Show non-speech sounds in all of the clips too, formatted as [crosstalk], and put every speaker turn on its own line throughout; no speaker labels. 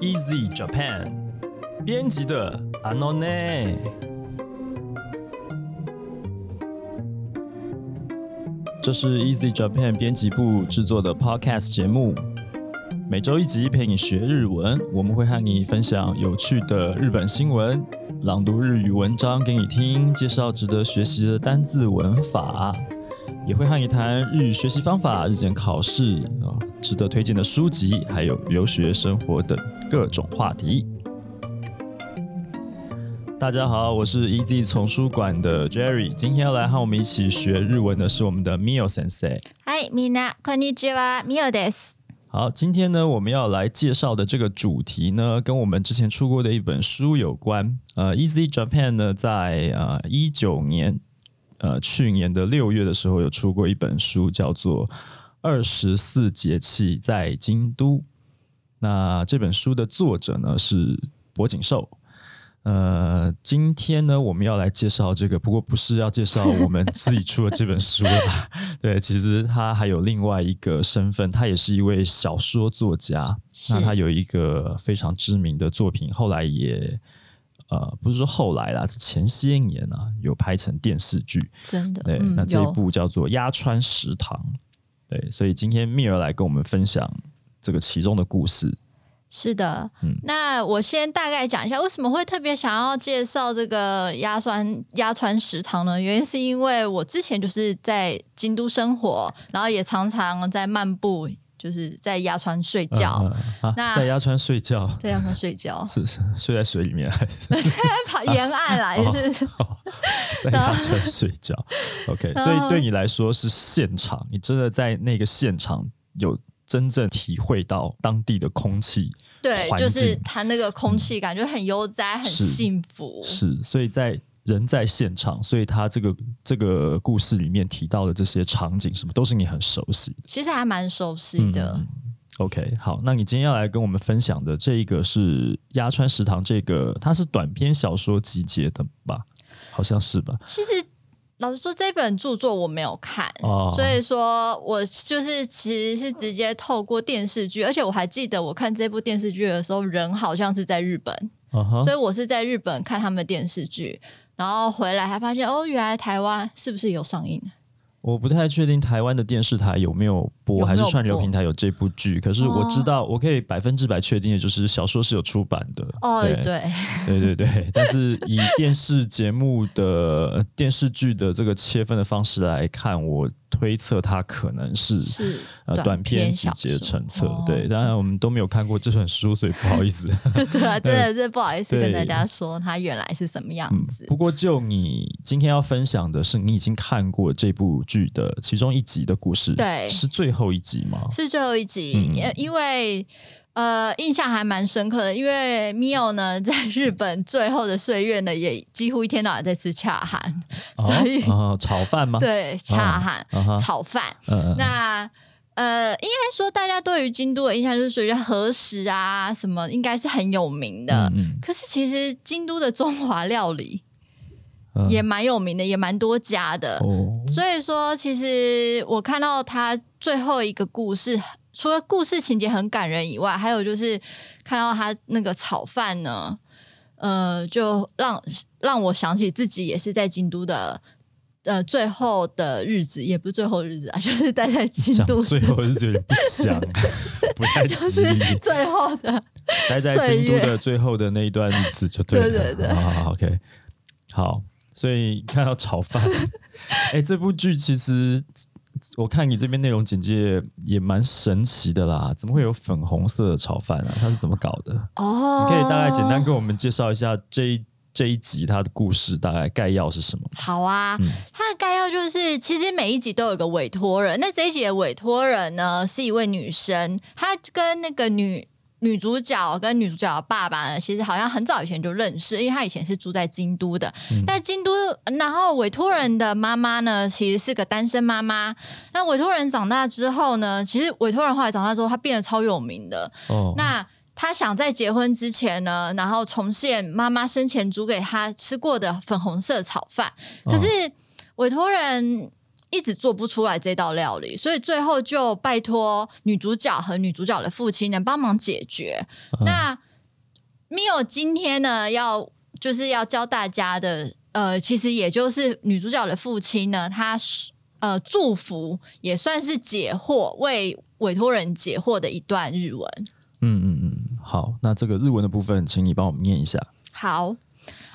Easy Japan 编辑的 a n o n e 这是 Easy Japan 编辑部制作的 Podcast 节目，每周一集陪你学日文。我们会和你分享有趣的日本新闻，朗读日语文章给你听，介绍值得学习的单字文法。也会和你谈日语学习方法、日检考试啊、值得推荐的书籍，还有留学生活等各种话题。大家好，我是 EZ 丛书馆的 Jerry，今天要来和我们一起学日文的是我们的 Mio Sensei。
はい、みんなこんにちは、みおです。
好，今天呢，我们要来介绍的这个主题呢，跟我们之前出过的一本书有关。呃，Easy Japan 呢，在呃一九年，呃去年的六月的时候，有出过一本书，叫做《二十四节气在京都》。那这本书的作者呢是柏井寿。呃，今天呢，我们要来介绍这个，不过不是要介绍我
[laughs]
们自己出的这本书啦。对，其实他还有另外一个身份，他也是一位小说作家。
是
那他有一个非常知名的作品，后来也呃，不是说后来啦，是前些年啊，有拍成电视剧。
真的，
对，
嗯
那这一
有
部叫做《鸭川食堂》。对，所以今天蜜儿来跟我们分享这个其中的故事。
是的。
嗯
那我先大概讲一下，为什么会特别想要介绍这个鸭川鸭川食堂呢？原因是因为我之前就是在京都生活，然后也常常在漫步，就是在鸭川睡觉，
嗯嗯啊，
那哦
在鸭川睡觉。，
在鸭川睡觉
[laughs] 是是睡在水里面，还是
跑沿岸啦，
哦
就是、
在鸭川睡
[laughs]
觉？OK，
然
所
后
以对你来说是现场，你真的在那个现场有真正体会到当地的空气，
[laughs] 对，
环
就是
境
它那个空气感觉很悠哉，很
是
幸福。
是，所以在人在现场，所以他这个这个故事里面提到的这些场景，什么都是你很熟悉的。
其实还蛮熟悉的，
嗯 OK，好，那你今天要来跟我们分享的这一个是《鸭川食堂》，这个它是短篇小说集结的吧？好像是吧？
其实老实说，这本著作我没有看，
哦
所以说我就是其实是直接透过电视剧，而且我还记得我看这部电视剧的时候，人好像是在日本，
嗯哼，
所以我是在日本看他们的电视剧。然后回来还发现哦，原来台湾是不是有上映？啊
我不太确定台湾的电视台有没有播，
有没
还
有
是
播
串流平台有这部剧。可是我
哦
知道，我可以百分之百确定的就是小说是有出版的。
哦，
对
对，
对对对，但是以电视节目的呃电视剧的这个切分的方式来看，我推测它可能是 [laughs]
是
呃
短
短篇
篇
集
小
结
说
成册。
哦
对，当然我们都没有看过这本书，所以不好意
[laughs]
思。
对啊，真的是不好意思
对
跟大家说，它原来是什么样
嗯
子。
不过就你今天要分享的是，你已经看过这部剧的其中一集的故事，
对
是最后一集吗？
是最后一集，
嗯
因、因为呃印象还蛮深刻的，因为 Mio 呢 [laughs] 在日本最后的岁月呢，也几乎一天到晚在吃恰汉， [laughs] 所以、
哦、哦炒饭吗？
对恰汉、
嗯哼
炒饭，
嗯，嗯嗯
那。呃，应该说大家对于京都的印象就是属于和食啊什么，应该是很有名的。
嗯
可是其实京都的中华料理
嗯
也
嗯
蛮有名的，也蛮多家的。
哦，
所以说，其实我看到他最后一个故事，除了故事情节很感人以外，还有就是看到他那个炒饭呢，呃，就让让我想起自己也是在京都的。呃，最后的日子也不是最后日子啊， [laughs] 就是待在京
讲
都，
最后是有点不
[laughs]
想，不太
就
吉
是
利。
最后的
待在京都的最后的那一段日子就对了。
岁月对对对
好好好，OK，好。所以看到炒饭， [laughs] 哎、这部剧其实我看你这边内容简介也蛮神奇的啦，怎么会有粉红色的炒饭啊？它是怎么搞的？
哦
你可以大概简单跟我们介绍一下这一这一集它的故事大概概要是什么吗？
好啊，
嗯
它的概要就是，其实每一集都有个委托人。那这一集的委托人呢，是一位女生，她跟那个女女主角跟女主角的爸爸呢，其实好像很早以前就认识，因为她以前是住在京都的。那京都，然后委托人的妈妈呢，其实是个单身妈妈。那委托人长大之后呢，其实委托人后来长大之后，她变得超有名的。
哦，
那他想在结婚之前呢，然后重现妈妈生前煮给他吃过的粉红色炒饭，
哦
可是委托人。一直做不出来这道料理，所以最后就拜托女主角和女主角的父亲能帮忙解决。
嗯
那 Mio 今天呢，要就是要教大家的，呃，其实也就是女主角的父亲呢，他是呃祝福也算是解惑，为委托人解惑的一段日文。
嗯嗯嗯，好，那这个日文的部分，请你帮我们念一下。
好，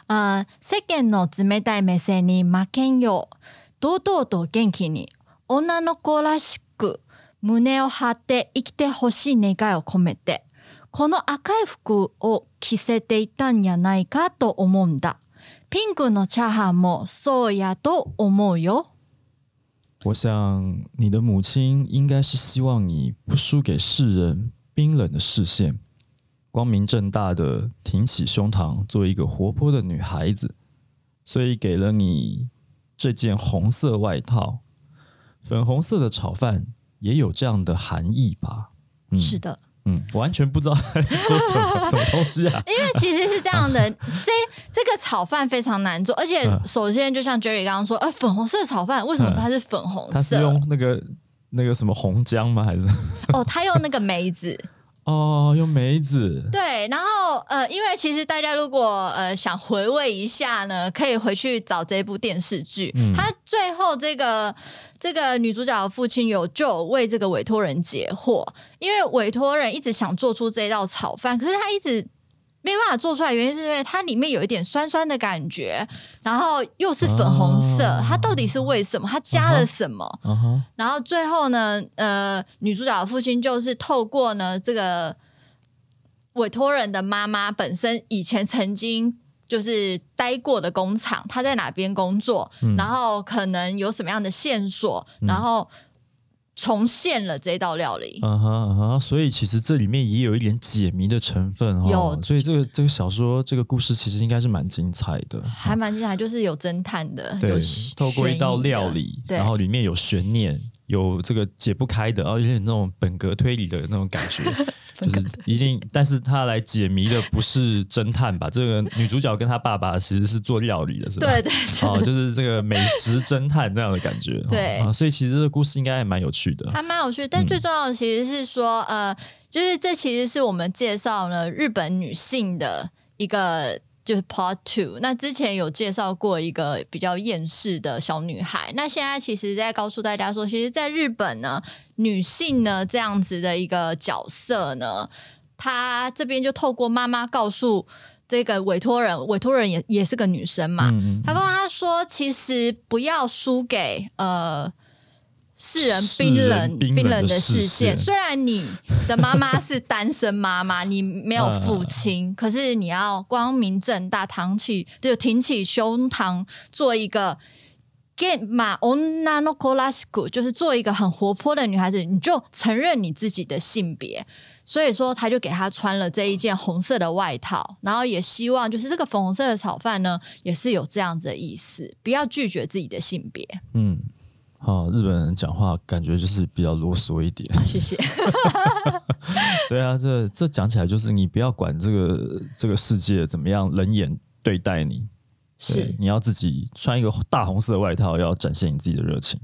呃，世間の冷たい目線に負けんよう、堂々と元気に、女の子らしく胸を張って生きてほしい願いを込めて、この赤い服を着せていたんじゃないかと思うんだ。ピンクのチャーハンもそうやと思うよ。
我想你的母亲应该是希望你不输给世人冰冷的视线，光明正大的挺起胸膛，做一个活泼的女孩子，所以给了你这件红色外套。粉红色的炒饭也有这样的含义吧？嗯，
是的，
嗯，完全不知道说什
[laughs]
么什么东西啊！
因为其实是这样的，这这个炒饭非常难做，而且
嗯
首先就像 Jerry 刚刚说，呃，粉红色炒饭为什么
嗯
它是粉红
他是
色？
用那个那个什么红姜吗？还是
哦，他用那个梅子。
哦，用梅子？
对，然后呃，因为其实大家如果呃想回味一下呢，可以回去找这部电视剧。
嗯
他最后这个这个女主角的父亲有就为这个委托人解惑，因为委托人一直想做出这道炒饭，可是他一直。没办法做出来，原因是因为它里面有一点酸酸的感觉，然后又是粉红色，
哦
它到底是为什么？它加了什么？
啊哈，
然后最后呢，呃，女主角的父亲就是透过呢这个委托人的妈妈本身以前曾经就是待过的工厂，她在哪边工作，
嗯
然后可能有什么样的线索，
嗯
然后重现了这道料理。
嗯哼嗯哼，所以其实这里面也有一点解谜的成分哦。
有
所以这个这个小说这个故事其实应该是蛮精彩的。
还蛮精彩，就是有侦探的，
对
有悬疑，
透过一道
的
料理，
对
然后里面有悬念，有这个解不开的，然哦后有点那种本格推理的那种
[laughs]
感觉，就是一定。但是他来解谜的不是侦探吧？这个女主角跟她爸爸其实是做料理的，是吧？
对对对，
哦，就是这个美食侦探这样的感觉。
对
啊，所以其实这个故事应该还蛮有趣的。
还蛮有趣。但最重要的其实是说，呃，就是这其实是我们介绍了日本女性的一个。就是 Part Two，那之前有介绍过一个比较厌世的小女孩，那现在其实在告诉大家说，其实在日本呢，女性呢这样子的一个角色呢，她这边就透过妈妈告诉这个委托人，委托人也也是个女生嘛，
嗯嗯
他跟他说，其实不要输给呃世人
世人
冰冷
冰冷
冰冷
的
的视
视
线。
线
虽然你的妈妈是单身妈妈，你没有父
嗯
亲，可是你要光明正大，扛起就挺起胸膛，做一个。get ma ona no k o l a s k u 就是做一个很活泼的女孩子，你就承认你自己的性别，所以说，他就给他穿了这一件红色的外套，然后也希望就是这个粉红色的炒饭呢，也是有这样子的意思，不要拒绝自己的性别。
嗯，好，日本人讲话感觉就是比较啰嗦一
[laughs]
点。
啊谢谢。
对啊，这这讲起来就是你不要管这个这个世界怎么样冷眼对待你，对
是
你要自己穿一个大红色的外套，要展现你自己的热情，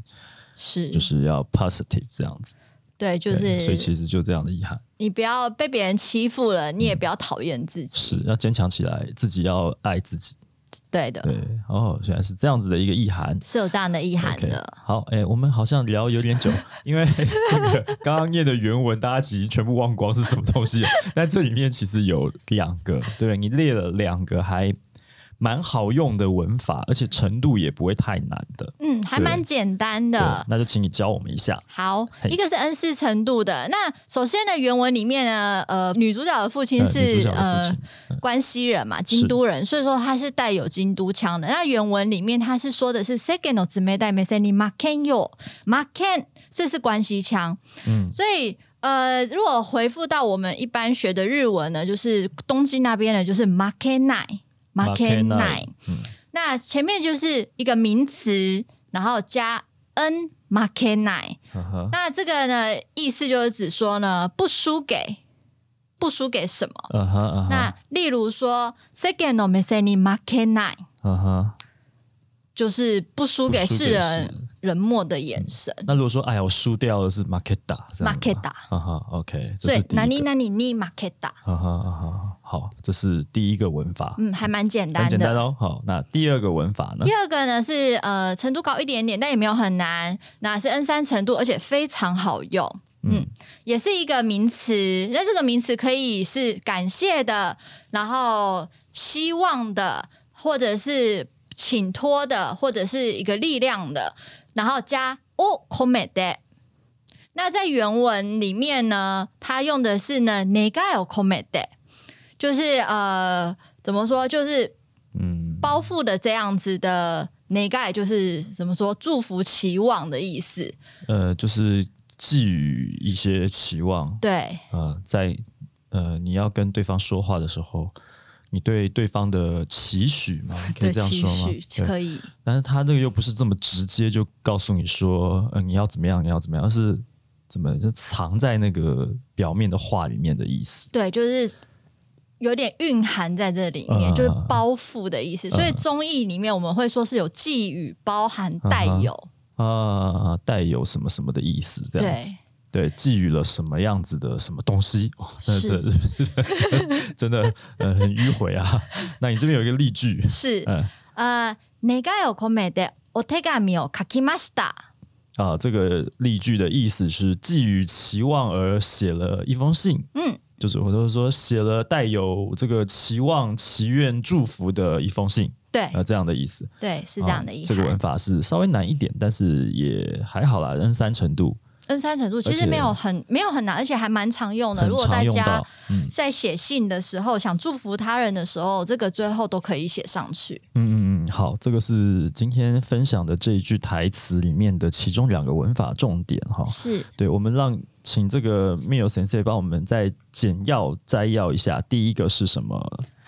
是，
就是要 positive 这样子。
对，就
对所以其
是
实就这样的遗憾，
你不要被别人欺负了，你也不要讨厌自己。
是要坚强起来，自己要爱自己。
对的，
对，哦，原来是这样子的一个意涵。
是有这样的意涵
OK，
的。
好，哎、我们好像聊有点
[laughs]
久，因为这个刚刚念的原文，大家其实全部忘光是什么东
[laughs]
西了。但这里面其实有两个，对你列了两个还蛮好用的文法，而且程度也不会太难的。
嗯，还
对
蛮简单
对
的，。
那就请你教我们一下。
好
嘿，
一个是恩师程度的。那首先呢，原文里面呢，呃，女主角的父亲
呃女主
是
角的父
呃
亲嗯
关西人嘛，京都人，所以说他是带有京都腔的。那原文里面他是说的是 second 姊妹带 m e s e n i m a k e n yo m a k e n 这是关西腔，
嗯
所以。呃，如果回复到我们一般学的日文呢，就是东京那边呢，就是 m a k e n a i m a k e n a i
嗯
那前面就是一个名词，然后加 n m a k e n a i
嗯哼
那这个呢，意思就是指说呢，不输给，不输给什么？
嗯哼嗯哼
那例如说，second no m e s e n i m a k e n a i
嗯哼，
就是不输给
不
世人，
输给世人
冷漠的眼神。
那如果说哎呀我输掉了是 Marketa 是
Marketa
哈哈嗯 OK，这
所以
是第
哪
一
里
个，嗯
哪里你 marketa，
哈哈哈哈，好，这是第一个文法，
嗯，还蛮简单
很
的。
简单哦。好，那第二个文法呢
第？二个呢是呃程度高一点点，但也没有很难，那是 N 三程度，而且非常好用。嗯，
嗯
也是一个名词。那这个名词可以是感谢的，然后希望的，或者是请托的，或者是一个力量的，然后加 o c o m e d 那在原文里面呢，它用的是呢 negai o c o m e d 就是呃怎么说，就是
嗯，
包覆的这样子的内盖，就是怎么说，祝福期望的意思。
呃，就是寄予一些期望，
对，
呃，在呃你要跟对方说话的时候，你对对方的期许吗？可以
对，
这样
期
说吗？
许
对。
可以，
但是他这个又不是这么直接就告诉你说，呃，你要怎么样，你要怎么样，而是怎么就藏在那个表面的话里面的意思。
对，就是有点蕴含在这里面，
嗯
就是包覆的
啊
意思。所以综艺里面我们会说是有寄语、包含、带有，
啊，带有什么什么的意思，这样子
对。
对，寄予了什么样子的什么东西？哇，真的
是
真的 [laughs] 真的呃很迂回啊。 [laughs] 那你这边有一个例句，
是
嗯
呃，内盖有 c o m e d お手紙を書きました。
啊，这个例句的意思是寄予期望而写了一封信，
嗯，
就是我都说写了带有这个期望、祈愿、祝福的一封信，
对
呃，这样的意思啊
对，是这样的意
这个文
涵。
法是稍微难一点，但是也还好啦，N 三程度
N 三程度其
而
实
且
没有很没有很难，而且还蛮常用的。
很
如果大
常用
家
到，嗯
在写信的时候，想祝福他人的时候，这个最后都可以写上去。
嗯嗯嗯，好，这个是今天分享的这一句台词里面的其中两个文法重点哈。
是
对，我们让请这个 Mio Sensei 帮我们再简要摘要一下，第一个是什么？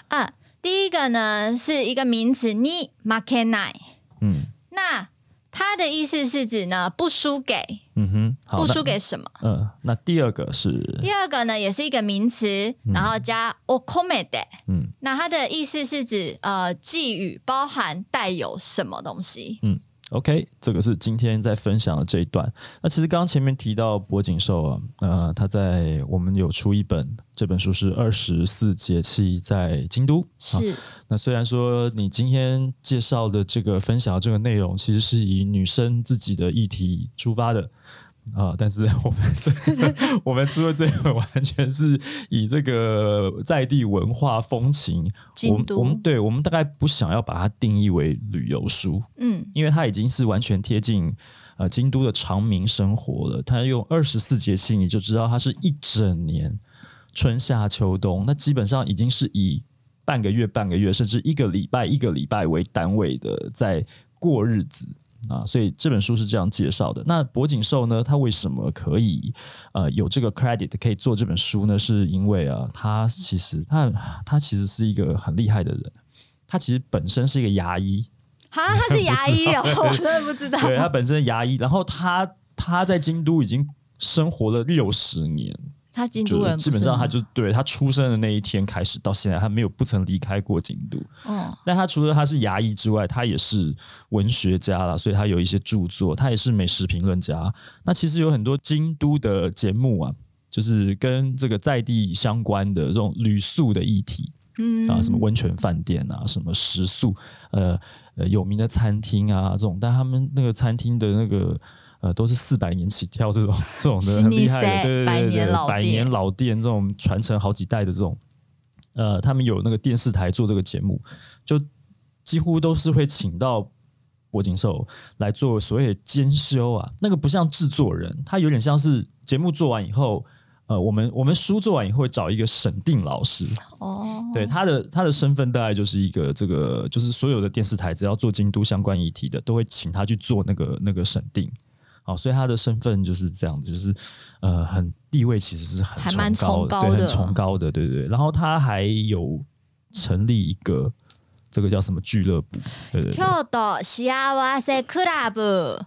啊，第一个呢是一个名词，你 m a k e n a
嗯
那它的意思是指呢不输给，
嗯哼，好，
不
那
输。给什么？
嗯，那第二个是
第二个呢也是一个名词，然后加 o c o m e d
嗯
那它的意思是指呃寄语包含带有什么东
哦
西？
OK，这个是今天在分享的这一段。那其实刚刚前面提到博景寿啊，呃，他在我们有出一本，这本书是二十四节气在京都，啊
是
那虽然说你今天介绍的这个分享的这个内容，其实是以女生自己的议题出发的啊、但是我们这我们出的这本 [laughs] 完全是以这个在地文化风情，我
京
们
都
我们对我们大概不想要把它定义为旅游书，
嗯
因为它已经是完全贴近呃京都的长明生活了。它用二十四节气，你就知道它是一整年，春夏秋冬，那基本上已经是以半个月、半个月，甚至一个礼拜、一个礼拜为单位的在过日子。啊，所以这本书是这样介绍的。那博景寿呢，他为什么可以呃有这个 credit 可以做这本书呢？是因为啊，他其实他他其实是一个很厉害的人，他其实本身是一个牙医， [laughs]
啊，它是牙医哦，我真的不知道。
对他本身的牙医，然后他他在京都已经生活了六十年，
他京
就
都人
是
不
基
是
本上他
吗
就对他出生的那一天开始到现在，他没有不曾离开过京都。
嗯
但他除了他是牙医之外，他也是文学家啦，所以他有一些著作，他也是美食评论家。那其实有很多京都的节目啊，就是跟这个在地相关的这种旅宿的议题，
嗯
啊，什么温泉饭店啊，什么食宿，呃呃有名的餐厅啊这种，但他们那个餐厅的那个呃都是四百年起跳这种这种的
是
很
你
厉害的，
塞
对对对
百
对
年老
百
店
年老店这种传承好几代的这种，呃，他们有那个电视台做这个节目，就几乎都是会请到。博景寿来做所谓的监修啊，那个不像制作人，他有点像是节目做完以后，呃，我们我们书做完以后会找一个审定老师，
[laughs] 哦，
对他的他的身份大概就是一个这个，就是所有的电视台只要做京都相关议题的，都会请他去做那个那个审定。好，所以他的身份就是这样子，就是呃，很地位其实是很
还蛮
崇
崇高
对，很
的
崇高的，对对对。然后他还有成立一个这个叫什么俱乐部，对对对。
京都幸せクラブ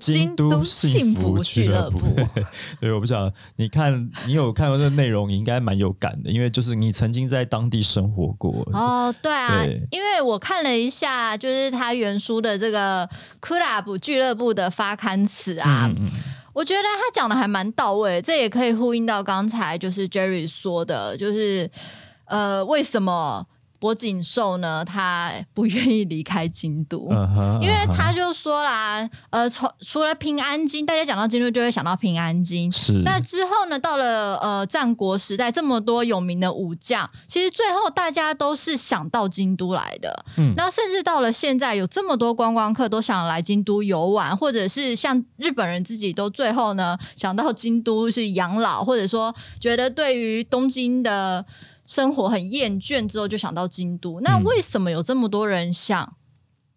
京都幸福俱乐部。
[laughs] 对，我不想你看，你有看过这内容，你应该蛮有感的，因为就是你曾经在当地生活过。
哦，对
[laughs]
啊，
对
因为我看了一下，就是他原书的这个 club 俱乐部的发刊词啊，
嗯嗯
我觉得他讲的还蛮到位，这也可以呼应到刚才就是 Jerry 说的，就是呃，为什么博景寿呢，他不愿意离开京都？
嗯哼，
因为
嗯哼
他就说啦，呃，从除了平安京，大家讲到京都就会想到平安京。
是
那之后呢，到了呃战国时代，这么多有名的武将，其实最后大家都是想到京都来的。
嗯
那甚至到了现在，有这么多观光客都想来京都游玩，或者是像日本人自己都最后呢想到京都是养老，或者说觉得对于东京的生活很厌倦之后，就想到京都。那
嗯
为什么有这么多人想？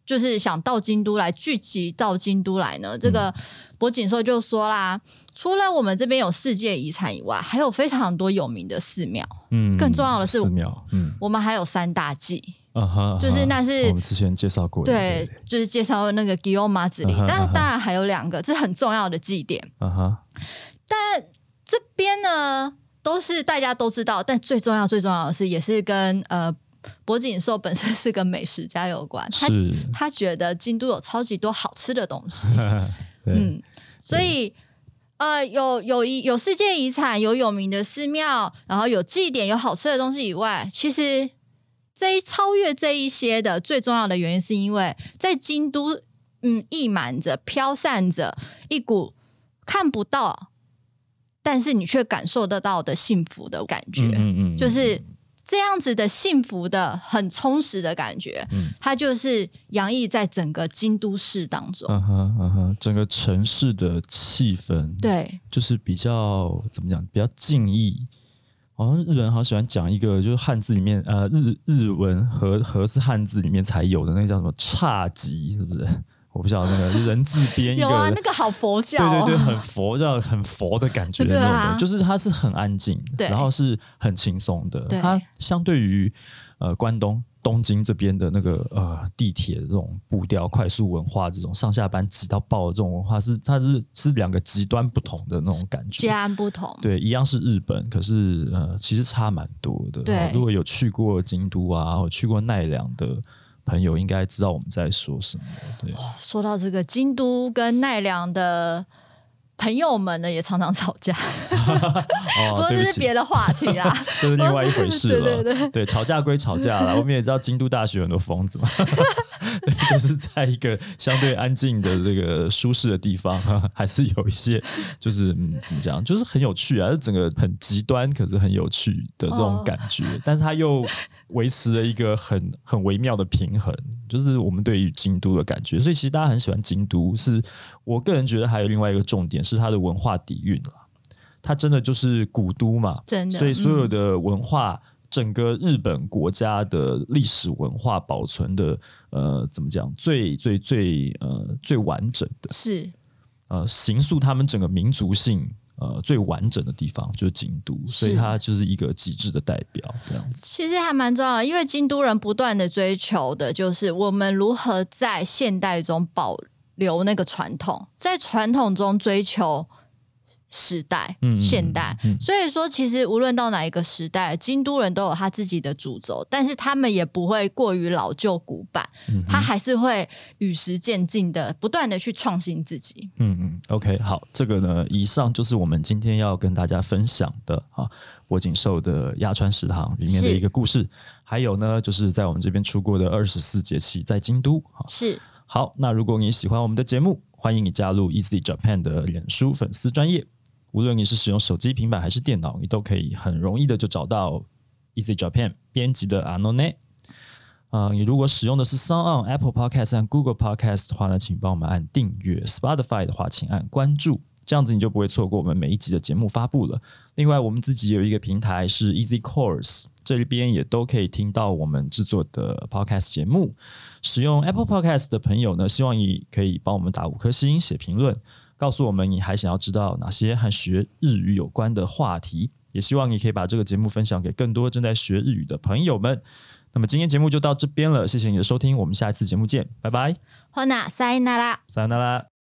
就是想到京都来聚集到京都来呢？这
嗯
个博景寿就说啦，除了我们这边有世界遗产以外，还有非常多有名的寺庙，
嗯
更重要的是
寺庙，嗯，
我们还有三大祭，
嗯哼，嗯哼
就是那是
我们之前介绍过的，
对，就是介绍那个吉欧马子里
嗯哼，
但
嗯哼
当然还有两个，这很重要的祭典。
嗯哼，
但这边呢，都是大家都知道，但最重要最重要的是，也是跟呃博景寿本身是个美食家有关，他 [laughs]
是，
他觉得京都有超级多好吃的东西，
对，
嗯，所以呃，有有一有世界遗产，有有名的寺庙，然后有祭典，有好吃的东西以外，其实这一超越这一些的最重要的原因，是因为在京都，嗯，溢满着、飘散着一股看不到，但是你却感受得到的幸福的感觉，
嗯
就是。这样子的幸福的、很充实的感觉，
嗯
它就是洋溢在整个京都市当中。
嗯哼嗯哼，整个城市的气氛，，
对，
就是比较怎么讲，比较静谧。好像日本人好喜欢讲一个，就是汉字里面，呃，日日文和和是汉字里面才有的那个叫什么侘寂，是不是？我不晓得那个人字边一
[laughs] 有啊，那
个，
个好佛教、
对
哦，
对对，很佛教、很佛的感觉
对
那种
啊
的，就是它是很安静，
对
然后是很轻松的。
对
它相对于呃关东东京这边的那个呃地铁这种步调、快速文化这种上下班挤到爆的这种文化，是它是是两个极端不同的那种感觉。
截然不同。
对，一样是日本，可是呃，其实差蛮多的。
对
哦如果有去过京都啊，或去过奈良的朋友，应该知道我们在说什么。对，
说到这个京都跟奈良的朋友们呢，也常常吵架，不
哦，
过
对不
这是
起，
别的话题
[laughs]
啦。
这是另外一回事了。
哦对对对
吵架归吵架啦，我们也知道京都大学有很多疯子嘛，
[laughs]
对，就是在一个相对安静的这个舒适的地方， [laughs] 还是有一些就是嗯，怎么讲，就是很有趣啊，这整个很极端，可是很有趣的这种感觉，
哦
但是它又维持了一个很很微妙的平衡，就是我们对于京都的感觉，所以其实大家很喜欢京都，是我个人觉得还有另外一个重点是它的文化底蕴啦。它真的就是古都嘛，
真的嗯
所以所有的文化，整个日本国家的历史文化保存的，呃，怎么讲，最最最呃最完整的，
是
呃，形塑他们整个民族性。呃，最完整的地方就是京都，所以
是
它就是一个极致的代表，这样子。
其实还蛮重要的，因为京都人不断的追求的就是我们如何在现代中保留那个传统，在传统中追求时代、
嗯嗯
现代。
嗯
所以说，其实无论到哪一个时代，京都人都有他自己的主轴，但是他们也不会过于老旧古板，
嗯哼
他还是会与时渐进的，不断的去创新自己。
嗯嗯，OK，好，这个呢，以上就是我们今天要跟大家分享的啊，博景寿的鸭川食堂里面的
是
一个故事，还有呢，就是在我们这边出过的二十四节气在京都啊。
是
好，那如果你喜欢我们的节目，欢迎你加入 Easy Japan 的脸书粉丝专业。无论你是使用手机、平板还是电脑，你都可以很容易的就找到 Easy Japan 编辑的 Anone。啊、你如果使用的是 Sound on Apple Podcast 和 Google Podcast 的话呢，请帮我们按订阅；Spotify 的话，请按关注，这样子你就不会错过我们每一集的节目发布了。另外，我们自己有一个平台是 Easy Course，这边也都可以听到我们制作的 Podcast 节目。使用 Apple Podcast 的朋友呢，希望你可以帮我们打五颗星、写评论，告诉我们你还想要知道哪些和学日语有关的话题。也希望你可以把这个节目分享给更多正在学日语的朋友们。那么今天节目就到这边了，谢谢你的收听，我们下一次节目见，拜拜，
ほなさいなら。
撒よなら。